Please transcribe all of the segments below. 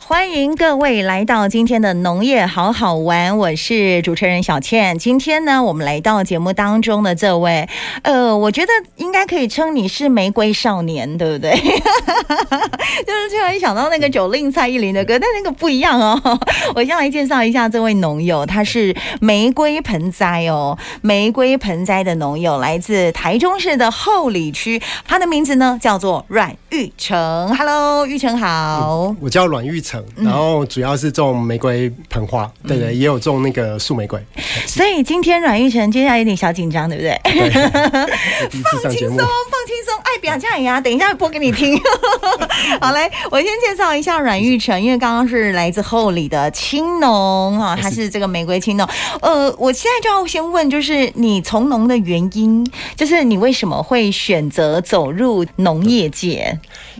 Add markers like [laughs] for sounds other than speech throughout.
欢迎各位来到今天的农业好好玩，我是主持人小倩。今天呢，我们来到节目当中的这位，呃，我觉得应该可以称你是玫瑰少年，对不对？ [laughs] 就是突然想到那个九令蔡依林的歌，但那个不一样哦。 [laughs] 我先来介绍一下这位农友，他是玫瑰盆栽哦，玫瑰盆栽的农友，来自台中市的后里区，他的名字呢叫做阮玉成。Hello，玉成好。我叫阮玉成，嗯然后主要是种玫瑰盆花，对对，也有种那个树 [laughs] 玫瑰。所以今天阮玉成接下来有点小紧张，对不对？对，第一次 [laughs] 上放节轻松，目，放轻松，哎爱表酱呀，等一下播给你 [laughs] 听。好嘞，我先介绍一下阮玉成，因为刚刚是来自后里的青农哎哈，他是这个玫瑰青农。呃，我现在就要先问，就是你从农的原因，就是你为什么会选择走入农业界？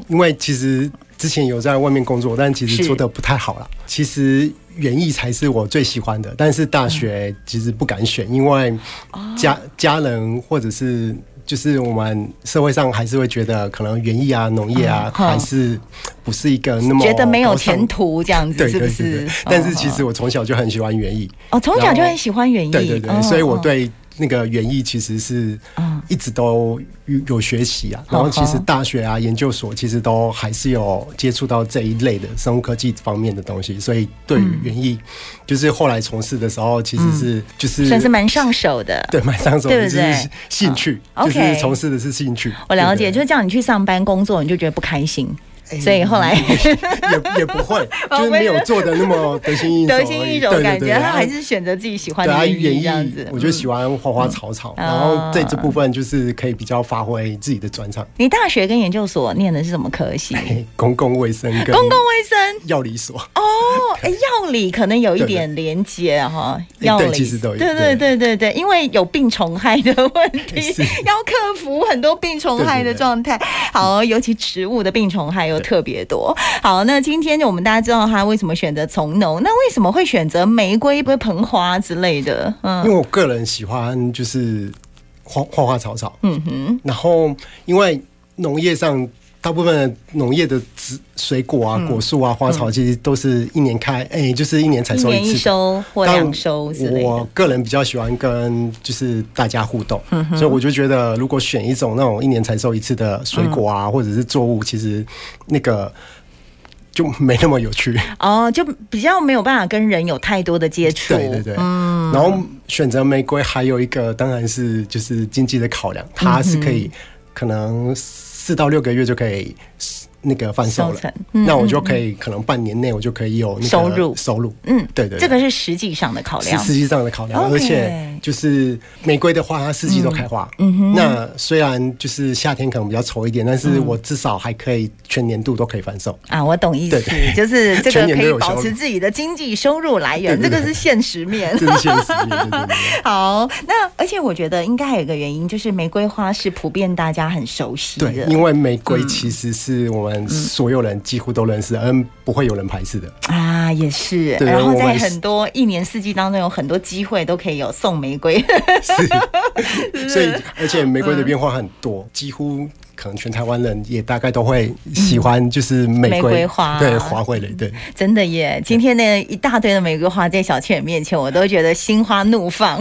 因为其实之前有在外面工作，但其实是做的不太好啦。其实园艺才是我最喜欢的，但是大嗯学其实不敢选，因为哦家家人或者是。就是我们社会上还是会觉得，可能园艺啊、农业嗯，啊哼还是不是一个那么觉得没有高尚前。途这样子，嗯对是不对对是对。？但是其实我从小就很喜欢园艺，哦，从小就很喜欢园艺，对对对，哦所以我哦对那个园艺其实是嗯哦一直都有有学习啊，然后其实大学啊、研究所其实都还是有接触到这一类的生物科技方面的东西，所以对嗯于园艺，就是后来从事的时候，其实是就是算是蛮上手的。对蛮上手，对就不是对兴趣，嗯就 OK 是从事的是兴趣。我哦了解，对哎就是叫你去上班工作，你就觉得不开心，所以后来也也 [laughs] 不会，哦就是没有做的那么得心应手而已，得心应手，对对感觉对他啊还是选择自己喜欢对啊，的园园艺艺这样子。我就嗯喜欢花花草草，嗯然后在这部分就是可以比较发挥自己的专长，你大学跟研究所念的是什么科 [laughs] 系？嘿公共卫生跟公共卫生药理所， [laughs] 哦，哎，药理可能有一点连接哈，对药理对其实都有对对对对对对，因为有病虫害的问题 [laughs] 是，要克服很多病虫害的状态。嗯好，尤其植物的病虫害又特别多。好，那今天我们大家知道他为什么选择从农，那为什么会选择玫瑰、盆花之类的？因嗯为我个人喜欢就是花花花草草，嗯哼，然后因为农业上。大部分的农业的植水果嗯啊、果树啊、花草，其实都是一年开，哎、就是一年才一收年一一次的。收或但两收之类我的。个人比较喜欢跟就是大家互动，嗯所以我就觉得如果选一种那种一年才收一次的水果嗯啊，或者是作物，其实那个就没那么有趣。 [laughs] 哦，就比较没有办法跟人有太多的接触。对对对，嗯然后选择玫瑰还有一个当然是就是经济的考量，嗯它是可以可能四到六个月就可以。那个贩售收了成，那我就可以可能半年内我就可以有嗯那个收入收入，嗯，对对对这个是实际上的考是量。四季上的考量 OK 而且就是玫瑰的话，它四季都开花。嗯哼，那虽然就是夏天可能比较稠一点，但嗯是我至少还可以全年度都可以翻售。啊，我懂意思对对， [laughs] 就是这个全年可都以有收入保持自己的经济收入来源，对对对这个是现实面。这是现实面，对对对对。 [laughs] 好，那而且我觉得应该还有一个原因，就是玫瑰花是普遍大家很熟悉的。 [laughs] 对，因为玫瑰其实是我们所有人几乎都认识，嗯，不会有人排斥的。啊，也是。对然后我在们很多一年四季当中，有很多机会都可以有送玫瑰。所以，而且玫瑰的变化很嗯多，几乎可能全台湾人也大概都会喜欢，就是嗯玫玫瑰瑰花嗯对，花卉类，对。真的耶！今天那一大堆的玫瑰花在小倩面前，我都觉得心花怒 [laughs] 放，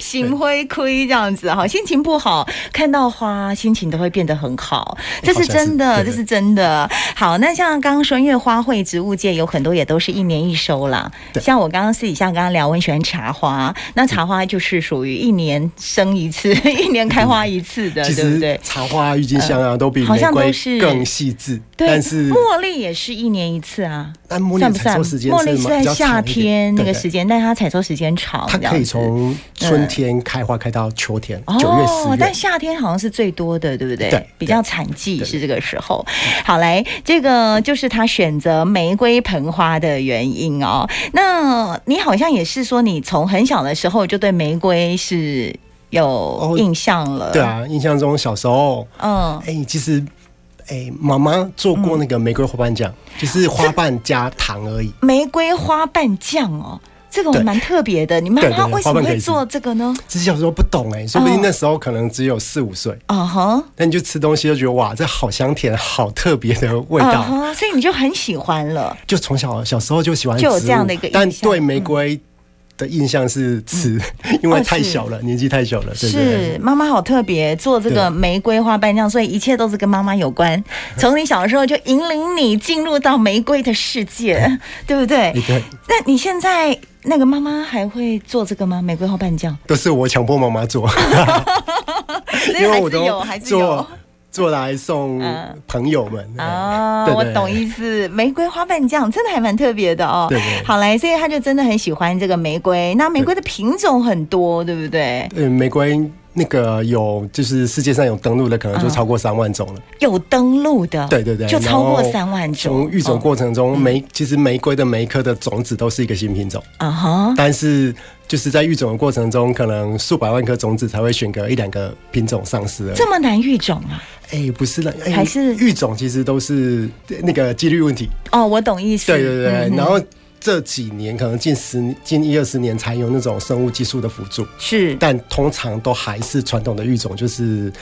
心灰亏这样子哈。心情不好，看到花，心情都会变得很好，这是真好的，像是这是真的。好，那像刚刚说，因为花卉植物界有很多也都是一年一收啦。对像我刚刚私底下跟他聊，我很喜欢茶花，那茶花就是属于一年生一次， [laughs] 一年开花一次的，其对不实对？嗯茶花、郁金香啊，都比好玫像都瑰是更细致，对，哦但是茉莉也是一年一次啊。但茉莉算不的采算？收时间茉莉是是蛮在比较夏长一天点那对个对时间，但哦是它采收时间长，它可以从春天开花开到秋天，九、月、十哦，但月。夏天好像是最多的，对不对？对比较产季是这个时候。好来，这个就是他选择玫瑰盆花的原因哦。那你好像也是说，你从很小的时候就对玫瑰是有印象了，哦对，啊，印象中小时候，嗯。哎、其实，哎、妈妈做过嗯 [laughs] 那个玫瑰花瓣酱，就是花瓣加糖而已。玫瑰花瓣酱哦，这个我对蛮特别的。你妈对对妈对为什花么瓣可会以吃做这个呢？只是小时候不懂哎、说不定那时候可能只有四五岁，哦哈，那、你就吃东西就觉得哇，这好香甜，好特别的味哦道。哈，所以你就很喜欢了。就从小小时候就喜欢就有植物这样的一个印象嗯但对玫瑰的印象是吃， [laughs] 因为哦太是小了，年纪太小了，对不对？是妈妈好特别，做这个对玫瑰花瓣酱，所以一切都是跟妈妈有 [laughs] 关。从你小时候就引领你进入到玫瑰的世 [laughs] 界，对不对你？哎对，那你现在那个妈妈还会做这个吗？玫瑰花瓣 [laughs] 酱，都是我强迫妈妈做，所以因为还我是都啊有，还是有做。 [laughs] 做来送嗯朋友们。啊，对我对懂意思。玫瑰花瓣酱真的还蛮特别的哦。对对好来，所以他就真的很喜欢这个玫瑰。那玫瑰的品种很多，对不对？呃，玫瑰那个有，就是世界上有登录的，可能嗯就超过三万种了。有登录的，对对对，就超过然后三万种。从育种哦过程中，玫其实玫瑰的每一颗的种子都是一个新品种，啊哈，但是就是在育种的过程中，可能数百万颗种子才会选个一两个品种上市而已。这么难育种啊？哎，不是的，哎还是育种其实都是那个几率问题。哦，我懂意思。对对对，嗯然后。这几年可能近十、近一二十年才有那种生物技术的辅助，是但通常都还是传统的育种，就是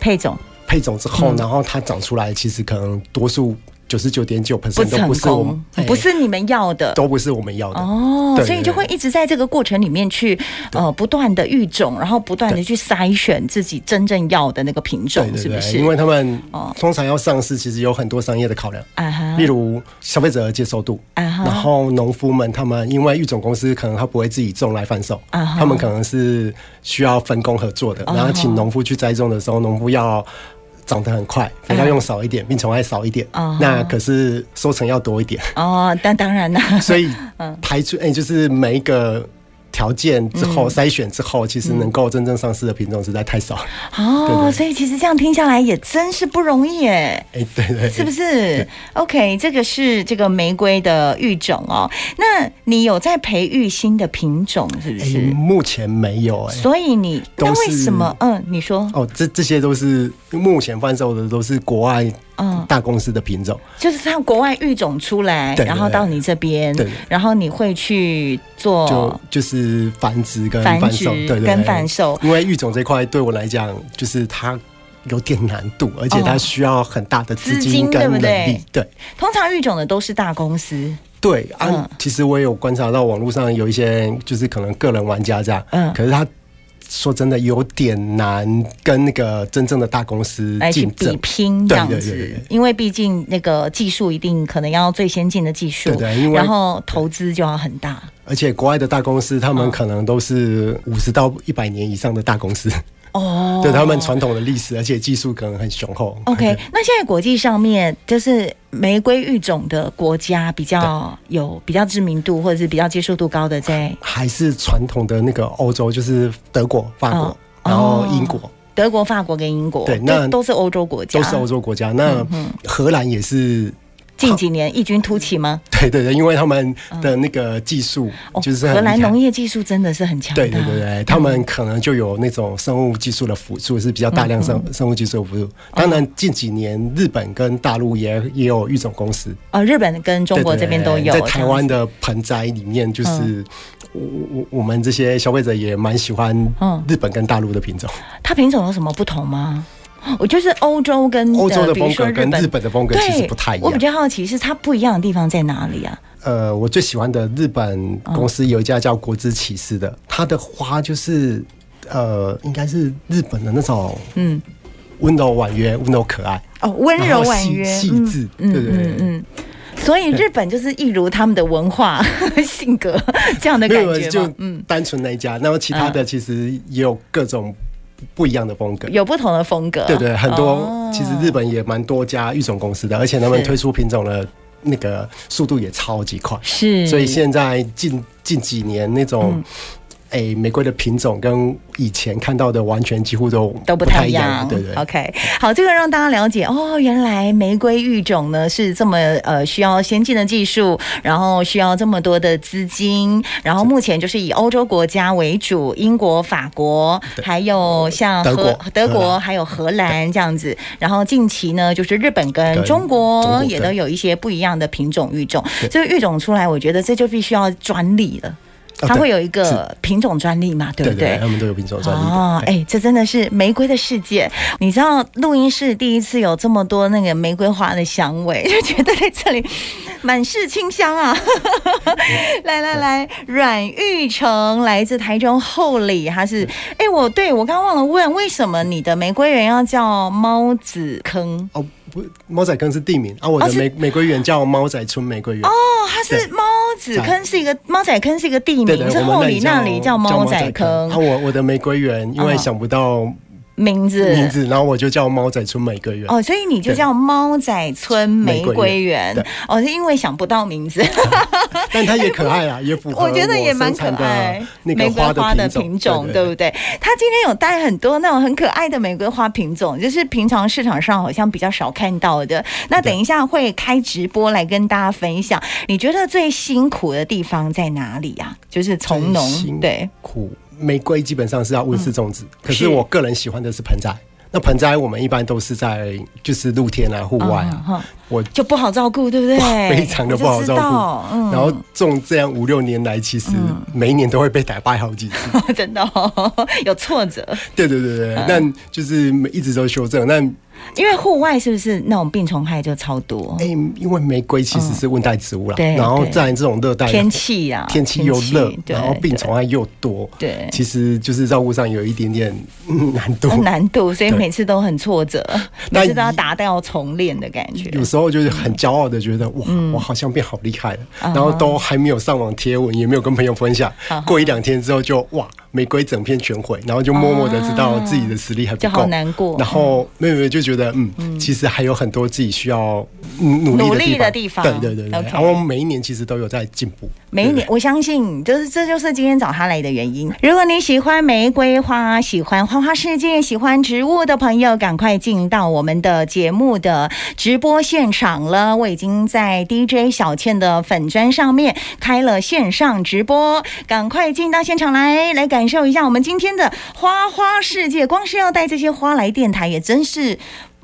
配种配种之后，嗯然后它长出来，其实可能多数九十九点九不 percent 都成不是我们功，，不哎是你们要的。都不是我们要的。哦，对对所以对就会一直在这个过程里面去，呃，不断的育种，然后不断的对去筛选自己真正要的那个品种对，对是不对，是？因为他们哦通常要上市，其实有很多商业的考量，啊哈例如消费者的接受度，啊哈然后农夫们他们因为育种公司可能他不会自己种来贩售，啊哈啊他们可能是需要分工合作的，哈然后请农夫去栽种的时候，农夫要。长得很快，肥料用少一点，病虫害少一点啊哈那可是收成要多一 [laughs] 点，哦，但当然 [laughs] 啦，所以排除哎、嗯就是每一个条件之后、筛选之后，其实能够真正上市的品种实在太少了。对哦，对所以其实这样听下来也真是不容易耶。哎、对对是不是？OK，这个是这个玫瑰的育种哦。那你有在培育新的品种，是不哎、是？目前没有哎、所以你都那为是什么？嗯，你说，哦，这这些都是目前贩售的，都是国外嗯，大公司的品种。就是像国外育种出来，对对然后到你这边对对，然后你会去做就就是繁殖跟哦繁贩殖售，对对对，跟贩售。因为育种这块对我来讲，就是它有点难度，而且它哦需要很大的资资金金跟对不能对力。对通常育种的都是大公司，对啊，嗯其实我也有观察到网络上有一些就是可能个人玩家这样，嗯可是他。说真的，有点难跟那个真正的大公司呃来去竞比争，拼这对样对对对子对，因为毕竟那个技术一定可能要最先进的技术对，对，因为然后投资就要很大。而且国外的大公司，他嗯们可能都是五十到一百年以上的大公司，哦， [laughs] 对他们传统的历史，而且技术可能很雄厚。 OK，那现在国际上面就是玫瑰育种的国家比较有比较知名度或者是比较接受度高的在还是传统的那个欧洲，就是德国、法国，嗯然后哦英国，德国、法国跟英国，对这那都是欧洲国家，嗯都是欧洲国家。那荷兰也是， [laughs] 近几年异军突起吗？对对对，因为他们的那个技术就是嗯哦很荷兰嗯厉害农。业技术真的是很强大，对对对对，他们可能就有那种生物技术的辅助，是比较大量嗯生生物技术的哦辅助。当然，近几年日本跟大陆也也有育种公司，呃，日本跟中国这边都有，嗯对对对在台湾这样子。的盆栽里面，就是我我我们这些消费者也蛮喜欢嗯日本跟大陆的品种，它品种有什么不同吗？我就是欧洲跟欧洲呃的比如风说格跟日本的风格其实对不太一我比样。较好奇是它不一样的地方在哪里啊？呃，我最喜欢的日本公司有一家叫国之骑士嗯的，它的花就是呃，应该是日本的那种嗯，温柔婉约、温柔可爱，哦，温然柔后婉细约，细嗯致，嗯对对对。嗯嗯。所以日本就是一如他们的文化 [laughs] 性格这样的没感有，觉就吗？嗯，单纯那一家，那么其他的其实也有各种不一样的风格。有不同的风格。对对，很多、哦其实日本也蛮多家育种公司的，而且他们是推出品种的那个速度也超级快，是，所以现在近近几年那嗯种。诶玫瑰的品种跟以前看到的完全几乎都都不太一样，对哦对 OK，好，这个让大家了解哦，原来玫瑰育种呢是这么呃需要先进的技术，然后需要这么多的资金，然后目前就是以欧洲国家为主，英国、法国，还有像德荷国德荷国兰还有荷兰这样子，然后近期呢就是日本跟跟中中国国也都对有一些不一样的品种育种，对啊所以育种出来，我觉得这就必须要专利了。它会有一个品种专利嘛，对对不对对，？他们都有品种专利的。哦，哎、这真的是玫瑰的世界。你知道录音室第一次有这么多那个玫瑰花的香味， [laughs] 就觉得在这里满室清香啊！ [laughs] 来来来，阮玉成来自台中后里，他是哎、我对我刚刚忘了问，为什么你的玫瑰园要叫猫子坑？哦，不，猫仔坑是地名啊，我哦的是玫玫瑰园叫猫仔村玫瑰园。哦，它是对猫子坑是一个猫仔坑是一个地对名，对，是我们后里那里叫猫仔仔坑啊，，我我的玫瑰园，因为嗯想不到名字名字，然后我就叫猫仔村玫瑰园。哦，所以你就对叫猫仔村玫玫瑰瑰园对哦，是因为想不到名字，但它也可爱啊，也符合我觉得也蛮生可产的爱。那玫个瑰花花的的品种，对对不对？他今天有带很多那种很可爱的玫瑰花品种，就是平常市场上好像比较少看到的。那等一下会开直播来跟大家分享。你觉得最辛苦的地方在哪里啊？就是从最辛农苦对苦玫瑰基本上是要温室种植，嗯可是是我个人喜欢的是盆栽。那盆栽我们一般都是在就是露天啊、户外啊，嗯哼我就不好照顾，对不对？ [laughs] 非常的不我好照就知道顾。然后种这样五六年来，其实每一年都会被打败好几次。 [laughs] 嗯，真的、哦、 [laughs] 有挫折。对对嗯对对，但就是一直都修正。那因为户外是不是那种病虫害就超多？哎、因为玫瑰其实是温带植物啦，嗯对然后对在这种热带天气呀、哎天气又热，对然后病虫害又多，对其实就是照顾上有一点点嗯难度对。难度，所以对每次都很挫折，那每次都要达到重练的感觉。有时候就是很骄傲的觉得哇，嗯我好像变好厉害了，然后都还没有上网贴文，也没有跟朋友分享啊啊哈。过一两天之后就哇，玫瑰整片全毁，然后就默默的知道自己的实力还啊就不好够，难过然后妹妹就觉得嗯，其实还有很多自己需要嗯努努力力的的地地方方。对对对对， OK 然后每一年其实都有在进步，每一对年，我相信，就是这就是今天找他来的原因。如果你喜欢玫瑰花，喜欢花花世界，喜欢植物的朋友，赶快进到我们的节目的直播现场了。我已经在 DJ 小倩的粉砖上面开了线上直播，赶快进到现场来，来感受一下我们今天的花花世界。光是要带这些花来电台，也真是。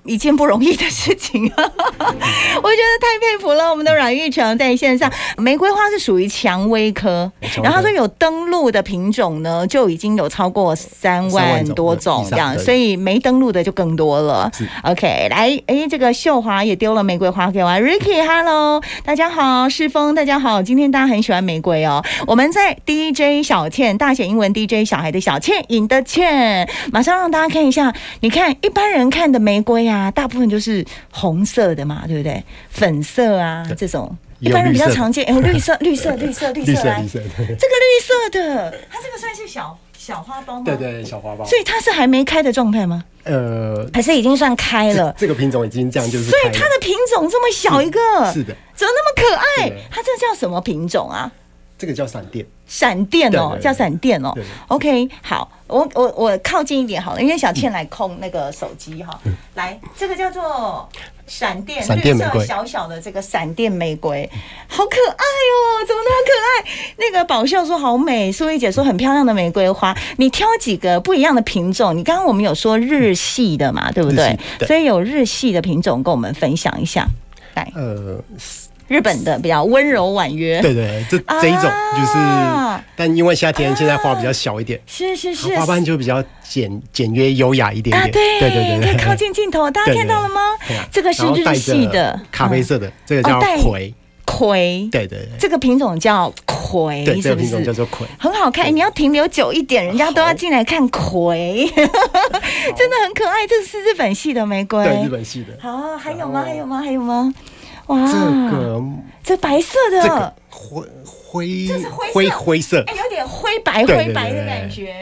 一件不容易的事情啊！ [laughs] 我觉得太佩服了，我们的阮玉成在线上，玫瑰花是属于蔷薇科，哦蔷薇科然后他说有登录的品种呢，就已经有超过三三万万种多种以上这样，对所以没登录的就更多了是。 OK，来，哎，这个秀华也丢了玫瑰花给我啊，Ricky，Hello，大家好，世峰，大家好，今天大家很喜欢玫瑰哦。我们在 DJ 小倩，大写英文 DJ 小孩的小倩，赢的倩，马上让大家看一下。你看一般人看的玫瑰啊，大部分就是红色的嘛，对不对？粉色啊这种，一也有般人比较绿色的常见。哎，绿色，绿色，绿色，绿 [laughs] 绿色嗯色来绿，这色，个绿色的，它这个算是小小花苞吗？对。对小花苞，所以它是还没开的状态吗？呃，还是已经算开这了？这个品种已经这样就是所以开它了的品种这么小一个，是的，怎么那么可爱对？它这叫什么品种啊？这个叫闪电，闪电哦，对对对叫闪电哦对对。 OK，好，我我我靠近一点好了，因为小倩来控那个手机哈、来，这个叫做闪电，嗯闪电玫绿瑰色小小的这个闪电玫瑰，好可爱哦，怎么那么可爱？那个宝秀说好美，苏怡姐说很漂亮的玫瑰花，你挑几个不一样的品种。你刚刚我们有说日系的嘛，对不日对系？对所以有日系的品种跟我们分享一下。来，呃，日本的比较温柔婉约，对对，这这一种就是，啊但因为夏天现在花比较小一点，啊是是啊是，花瓣就比较简简约优雅一点啊，点。对对对可对以对，靠近镜头，大家对对看到了吗 [laughs] 对啊？这个是然后日带系着的咖啡色的，这个哦叫带葵。葵，对对对这个品种叫葵，对，这是个不品种叫是？做葵。很好看，哎你要停留久一点，人家都要进来看葵， [laughs] 真的很可爱。这是日本系的玫瑰，对，日本系的。好，还有然吗？后还有吗？还有吗？哇，这个这白啊色这的个，灰灰这是灰色灰灰色，哎，有点灰白对灰对白的对感觉，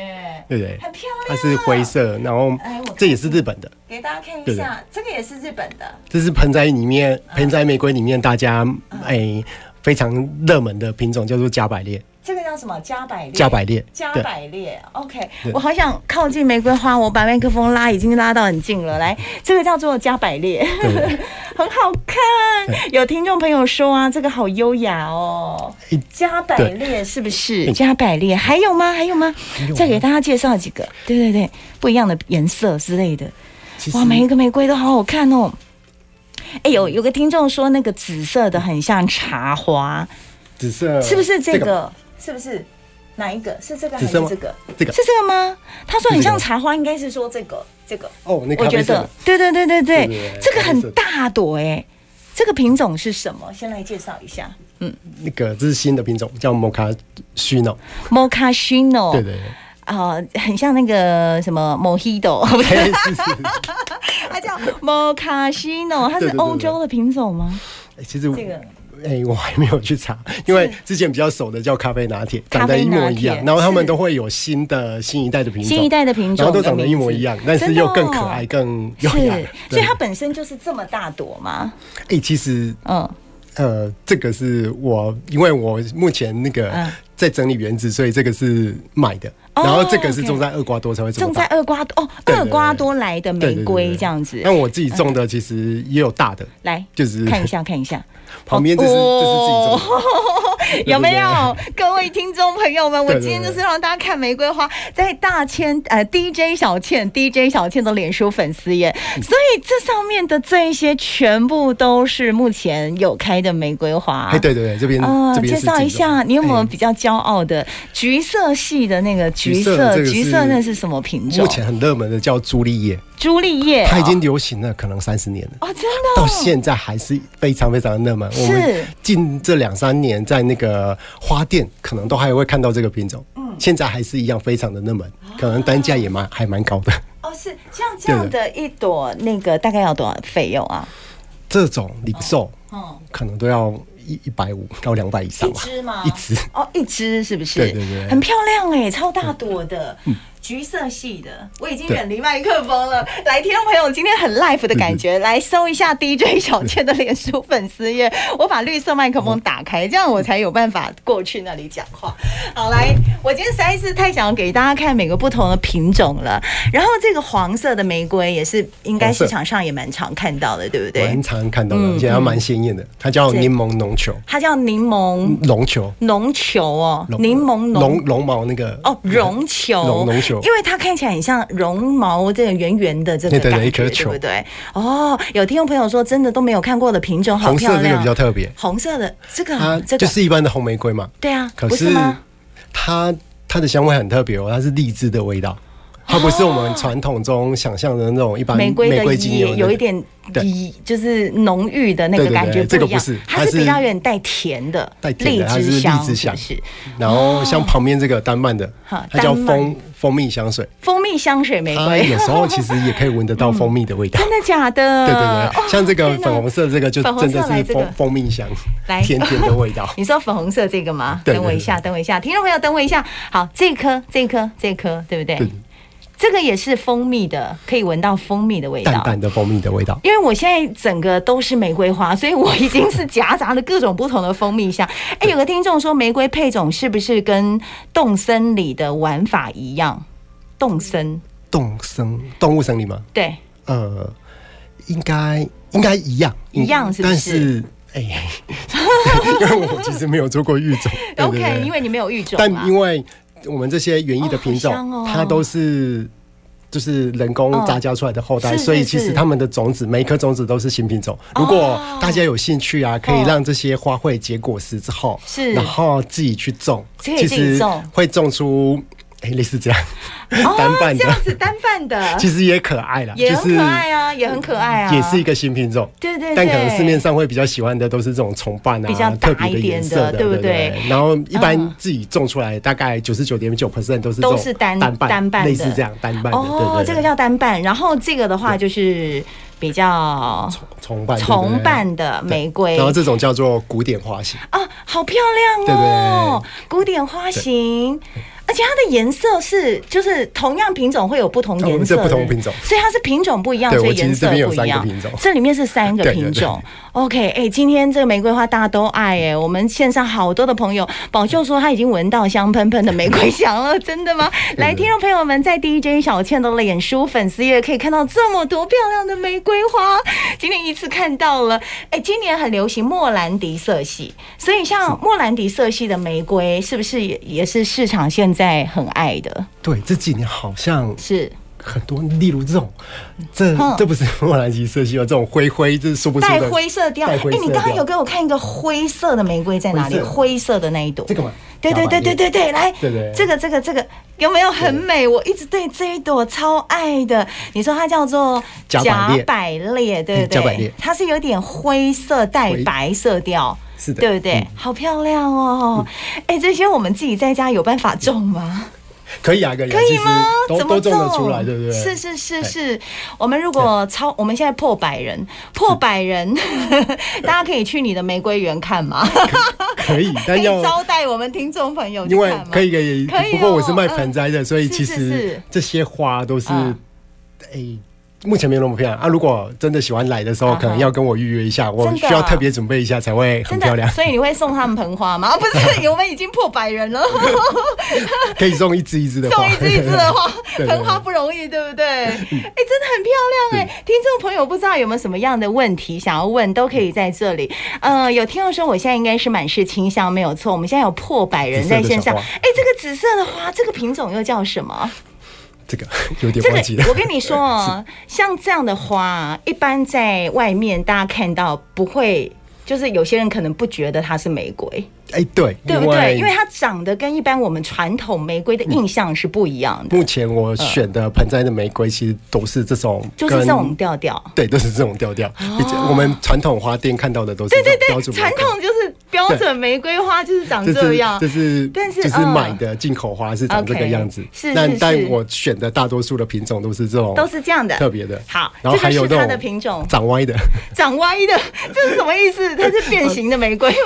对不对？很漂它亮。啊是灰，色，然后哎我看这也是日本的，给大家看一对对下，这个也是日本的，这是盆栽里面盆栽玫瑰里面大家哎非常热门的品种，叫做加百列。这个叫什么？加百列。加百列，加对百列，OK，对我好想靠近玫瑰花，我把麦克风拉已经拉到很近了。来，这个叫做加百列， [laughs] 很好看。有听众朋友说啊，这个好优雅哦哎，加百对列是不是？哎加百列还有吗？还有吗？再给大家介绍几个，对对对，不一样的颜色之类的。其实哇，每一个玫瑰都好好看哦。哎，有有个听众说那个紫色的很像茶花，紫色呃是不是这个？是不是？哪一个是这个还紫是色吗这个？这个是这个吗？他说很像是这个茶茶花应该是说这个，这个哦，那我咖啡觉色得的，对对对对对对对对，这个咖啡色很的大朵哎、这个品种是什么我先来介绍一下。那个这是新的品种，叫 Mocha Shino。 ？Mochaccino，对 [laughs] 对对，啊、很像那个什么 [laughs] Mojito，不是，嘿是是是它叫 Mochaccino，它对对对是对欧洲的品种吗？哎其实这个哎、我还没有去查，因为之前比较熟的叫咖啡拿铁，长得一模一咖啡拿样，铁然后他们都会有新的新一代的品种，新一代的品种然后都长得一模一样，但是又更可爱、真哦更是优雅。，所对以它本身就是这么大朵嘛，哎、其实嗯，呃，这个是我，因为我目前那个嗯在整理原子，所以这个是买的，哦然后这个是 OK 种在厄瓜多才会这种么在大。厄瓜多哦，对对厄瓜多来的对对玫对瑰对这样子，但我自己种的其实也有大的，来就是 [laughs] 看一下看一下。哦旁边这是这是自己种的，有没有？各位听众朋友们，我对对今天就是让大家看玫瑰花，在大千呃 DJ 小倩 DJ 小倩的脸书粉丝页，嗯所以这上面的这一些全部都是目前有开的玫瑰花。哎，对对对，这边、哦这边介是自绍己种的一下，你有没有哎比较骄傲的橘色系的那个橘橘色的色？这个橘是色那是什么品种目？前很热门的叫朱丽叶，朱丽叶哦，它已经流行了可能三十年了。哦，真的到哦现在还是非常非常的热门。是我们近这两三年在那个花店，可能都还会看到这个品种。嗯，现在还是一样非常的热门，可能单价也蛮还蛮高的。哦，是像这样的一朵那个大概要多少费用啊？这种零售哦，可能都要一一百五到两百以上一吧，只吗？一只。哦，一只是不是？对对对嗯很漂亮哎、超大朵的，橘色系的。我已经远离麦克风了，来，听众朋友，今天很 live 的感嗯觉，来搜一下 [laughs] DJ 小倩的脸书粉丝页，我把绿色麦克风打开，这样我才有办法过去那里讲话。好，来，我今天实在是太想要给大家看每个不同的品种了。然后这个黄色的玫瑰也是应该黄色市场上也蛮常看到的，对不对蛮？常看到的，嗯而且它蛮鲜艳的。它叫对柠檬绒球，它叫柠檬绒球，浓球哦，绒柠檬浓绒绒毛那个哦，绒球，绒绒球因为它看起来很像绒毛这个圆圆的这个对对感对觉，一颗球对不对？哦，有听众朋友说，真的都没有看过的品种，好红漂色这个亮。比较特别，红色的这个它啊，这个就是一般的红玫瑰嘛。对啊，可不是吗？它它的香味很特别哦，它是荔枝的味道，它不是我们传统中想象的那种一般哦玫瑰的精也油有一点点对以就是浓郁的那个对对对感觉这个一样，不是它它是比是较有点带甜的，带甜的它是荔枝香，香是不是然后像旁边这个丹曼的哦好，它叫丹麦蜂蜂蜜香水，蜂蜜香水玫它瑰，有时候其实也可以闻得到蜂蜜的味 [laughs] 道。真的假的？对对对，哦像这个 [laughs] 天哪粉红色这个就粉红真色的来是这个蜂蜂蜜香来，。甜甜的味道 [laughs] 你说粉红色这个吗？对对等我一下，等我一下，听众朋友，等我一下。好，这颗，这颗，这颗，对不对？对，这个也是蜂蜜的，可以闻到蜂蜜的味道。淡淡的蜂蜜的味道。因为我现在整个都是玫瑰花，所以我已经是夹杂了各种不同的蜂蜜 [laughs] 香。哎，有个听众说，玫瑰配种是不是跟动森里的玩法一样？动森，动生动物生理吗？对，呃，应该应该一样，一样嗯是不但是是哎， [laughs] 因为我其实没有做过育种 [laughs] 对对 o k 对因为你没有育种啊但嘛。因为我们这些园艺的品种，哦好香哦它都是就是人工嗯杂交出来的后代，是是所以其是哦实它们的种子每一颗种子都是新品种。如果大家有兴趣啊，可以让这些花卉结果实之后，是然后自己去种，可以其自己实种会种出哎、类似这样、哦 [laughs] 单瓣这的样，子单瓣的， [laughs] 其实也可爱啦，也就很是可爱啊，也很可爱啊，也是一个新品种。对对对，但可能市面上会比较喜欢的都是这种重瓣啊，比较大特别的颜一色点的的，对不不对然后一嗯般自己种出来，大概九十九点九 percent 都是这种都是单单瓣单瓣的类似这样单瓣的，哦对对对，这个叫单瓣，然后这个的话就是比较重瓣，对不对重瓣的玫瑰。然后这种叫做古典花型，啊，好漂亮哦，古典花型。而且它的颜色是，就是同样品种会有不同颜色的，哦这不同品种所以它是品种不一样，对所以我其实颜色这边有不一样三个品种。这里面是三个对对品对种。OK，哎、今天这个玫瑰花大家都爱哎、我们线上好多的朋友，宝秀说他已经闻到香喷喷的玫瑰香了， [laughs] 真的吗？来，听众朋友们，在 DJ 小倩的脸书粉丝页可以看到这么多漂亮的玫瑰花，今天一次看到了。哎、今年很流行莫兰迪色系，所以像莫兰迪色系的玫瑰，是不是也也是市场现在很爱的？对，这几年好像是很多，例如这种，这嗯这不是莫兰迪色系哦，这种灰灰，这是说不出带的灰色调。带哎、灰色你刚刚调有给我看一个灰色的玫瑰在哪里？灰色灰色的那一朵，这个吗？对对对对对对，来，对对这个这个这个有没有很美？我一直对这一朵超爱的。你说它叫做甲百列百列，对不嗯甲百对列？它是有点灰色带灰白色调。是的嗯对不对？好漂亮哦！哎，这些我们自己在家有办法种吗？可以啊，可以啊，可以其实吗？都怎都么种得出来，对不对？哎是是是是，我们如果超，我们现在破百人，破百人， [laughs] 大家可以去你的玫瑰园看吗？可 [laughs] 以，可但以哎要招待我们听众朋友去因为看吗？可以可以，可以哦不过我是卖盆栽的，所以是其是实是这些花都是嗯诶。目前没有那么漂亮啊！如果真的喜欢来的时候啊哈可能要跟我预约一下，我真的需啊要特别准备一下才会真很漂亮的，。所以你会送他们盆花吗？啊不 [laughs] 是，我们已经破百人了，可以送一支一支的花，送一支一支的花，对对对嗯盆花不容易，对不对？哎、真的很漂亮哎、听众朋友不知道有没有什么样的问题想要问，都可以在这里。呃，有听众说我现在应该是满是清香，没有错。我们现在有破百人在线上。紫色的小花哎、这个紫色的花，这个品种又叫什么？ [laughs] 这个有点这忘记了个。我跟你说 [laughs] 哦，像这样的花，一般在外面大家看到不会，就是有些人可能不觉得它是玫瑰。哎、对，对不对？因为它长得跟一般我们传统玫瑰的印象是不一样的，目前我选的盆栽的玫瑰其实都是这种跟，就是这种调调。对，都是这种调调。比较我们传统花店看到的都是对对这种标对，准传玫瑰统就是标准玫瑰花就是长这这是样这。是，但是就是嗯买的进口花是长这个 OK，样子，是是但是但我选的大多数的品种都是这种，都是这样的，特别的。好，然后这还个有是它那的种品种，长 [laughs] 歪的，长歪的，这是什么意 [laughs] 思？它是变形的玫瑰 [laughs] 吗？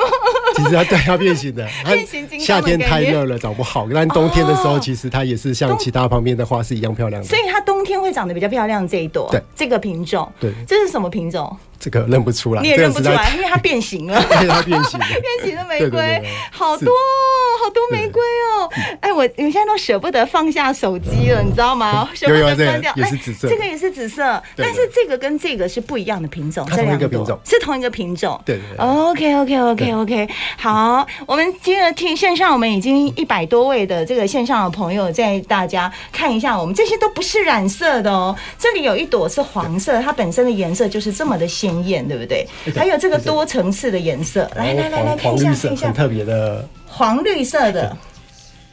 其实它对它变 [laughs] 形的，它变形金刚的夏天感太觉热了长不好，但冬天的时候哦其实它也是像其他旁边的花是一样漂亮的所。以它冬天会长得比较漂亮这一朵对，这个品种，对这是什么品种？这个认不出来，你也这个认不实出在来，因为它变形了。 [laughs] 太它变形了。 [laughs] 变形的玫对对瑰，对对好是多哦好多玫瑰哦！哎，我你们现在都舍不得放下手机了，你知道 [laughs] 吗？舍不嗯有有得这个关掉。也是哎紫色的这个也是紫色，对对但是这个跟这个是不一样的品种，它这同一两个朵品种是同一个品种。对对对 OK OK OK OK，好，我们今天听线上，我们已经一百多位的这个线上的朋友在大家看一下，我们这些都不是染色的哦。这里有一朵是黄色，它本身的颜色就是这么的鲜艳，对不对？哎还有这个多层次的颜色，来来来来看黄哎黄一下绿看色一下很，特别的，黄绿色的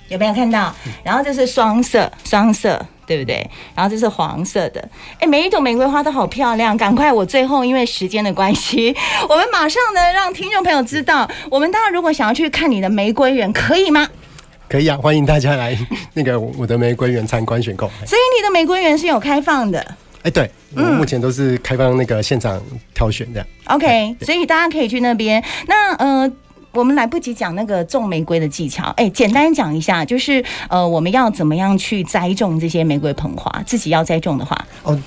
有没有看到？嗯然后这是双色，双色。对不对？然后这是黄色的，哎，每一朵玫瑰花都好漂亮。赶快，我最后因为时间的关系， [laughs] 我们马上呢让听众朋友知道，我们大家如果想要去看你的玫瑰园，可以吗？可以啊，欢迎大家来 [laughs] 那个我的玫瑰园参观选购。所以你的玫瑰园是有开放的哎，对，我嗯目前都是开放那个现场挑选的。 ，OK？所以大家可以去那边。那呃。我们来不及讲那个种玫瑰的技巧，哎，简单讲一下，就是呃，我们要怎么样去栽种这些玫瑰盆花？自己要栽种的话，哦，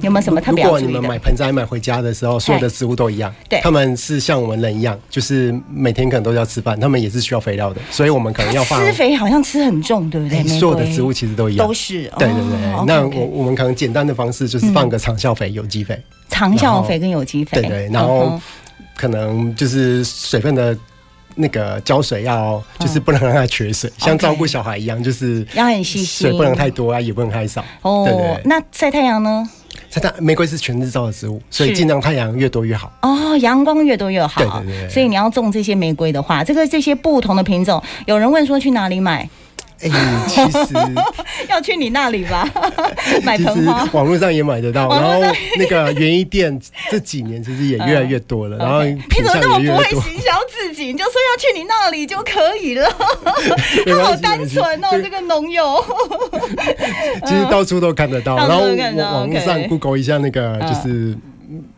有没有什么特如别要果注你意们的？买盆栽买回家的时候，所有的植物都一样，对他们是像我们人一样，就是每天可能都要吃饭，他们也是需要肥料的，所以我们可能要放哎施肥好像吃很重，对不对？玫所有的瑰植物其实都一样都。是。对对对，哦那 OK，OK 我我们可能简单的方式就是放个长效肥、有机肥，长效肥跟有机肥，对对，然后嗯可能就是水分的那个浇水要，就是嗯不能让它缺水，像 OK 照顾小孩一样，就是要很细心水不能太多啊，也不能太少。哼哦，对对对，那晒太阳呢？它它玫瑰是全日照的植物，所以是尽量太阳越多越好。哦，阳光越多越好。对对对所以你要种这些玫瑰的话，这个这些不同的品种，有人问说去哪里买？哎、其 [laughs] 实要去你那里吧，买其盆实花。网络上也买得到，网然络上 [laughs] 后那个园艺店这几年其实也越来越多了， [laughs] 然后哦 OK 你怎品么相那么也越不来会越多。行销自己？你就说要去你那里就可以了， [laughs] 他好单纯哦，这个农友。其实到处都看得到，嗯到处然后都看得到网网络上 OK 嗯 Google 一下那个就是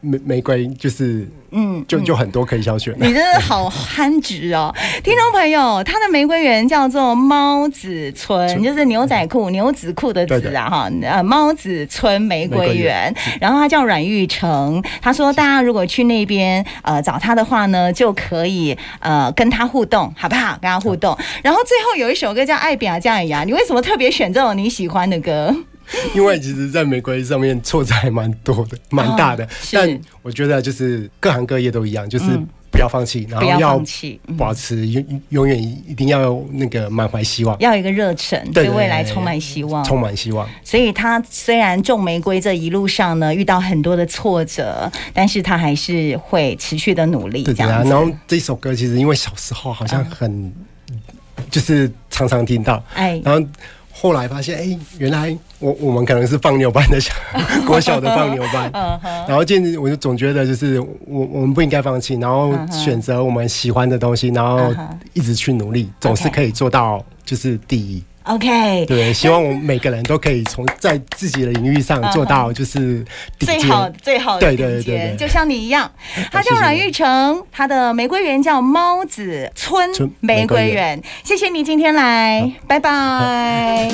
玫玫瑰，就是嗯，就就很多可以挑选 [laughs] 的。你真的好憨直哦，听众朋友，它的玫瑰园叫做猫子村，就是牛仔裤、牛仔裤的对子啊哈，呃，猫子村玫瑰玫瑰园园。然后他叫阮玉成，他说大家如果去那边呃找他的话呢，就可以呃跟他互动，好不好？跟他互动。然后最后有一首歌叫《爱比亚加雅》，你为什么特别选这种你喜欢的歌？ [laughs] 因为其实，在玫瑰上面挫折还蛮多的，蛮大的。哦是但我觉得就是各行各业都一样，就是嗯不要放弃，然不后要要放弃，嗯保持永永远一定要那个满怀希望，要有一个热忱，对对对未来对充满希望。充满希望。所以他虽然种玫瑰这一路上呢遇到很多的挫折，但是他还是会持续的努力对这对样啊，子。嗯然后这首歌其实因为小时候好像很就是常常听到，哎，然后后来发现，哎、原来我我们可能是放牛班的小国小的放牛 [laughs] 班，嗯然后渐我就总觉得就是我我们不应该放弃，然后选择我们喜欢的东西，然后嗯哼一直去努力，总是 OK 可以做到就是第一。 OK，对，希望我们每个人都可以从在自己的领域上做到就是嗯顶尖。最好最好的对顶对尖，对对就像你一样。他叫谢谢阮你玉成，他的玫瑰园叫猫子村村玫玫瑰瑰园。谢谢你今天来，拜拜。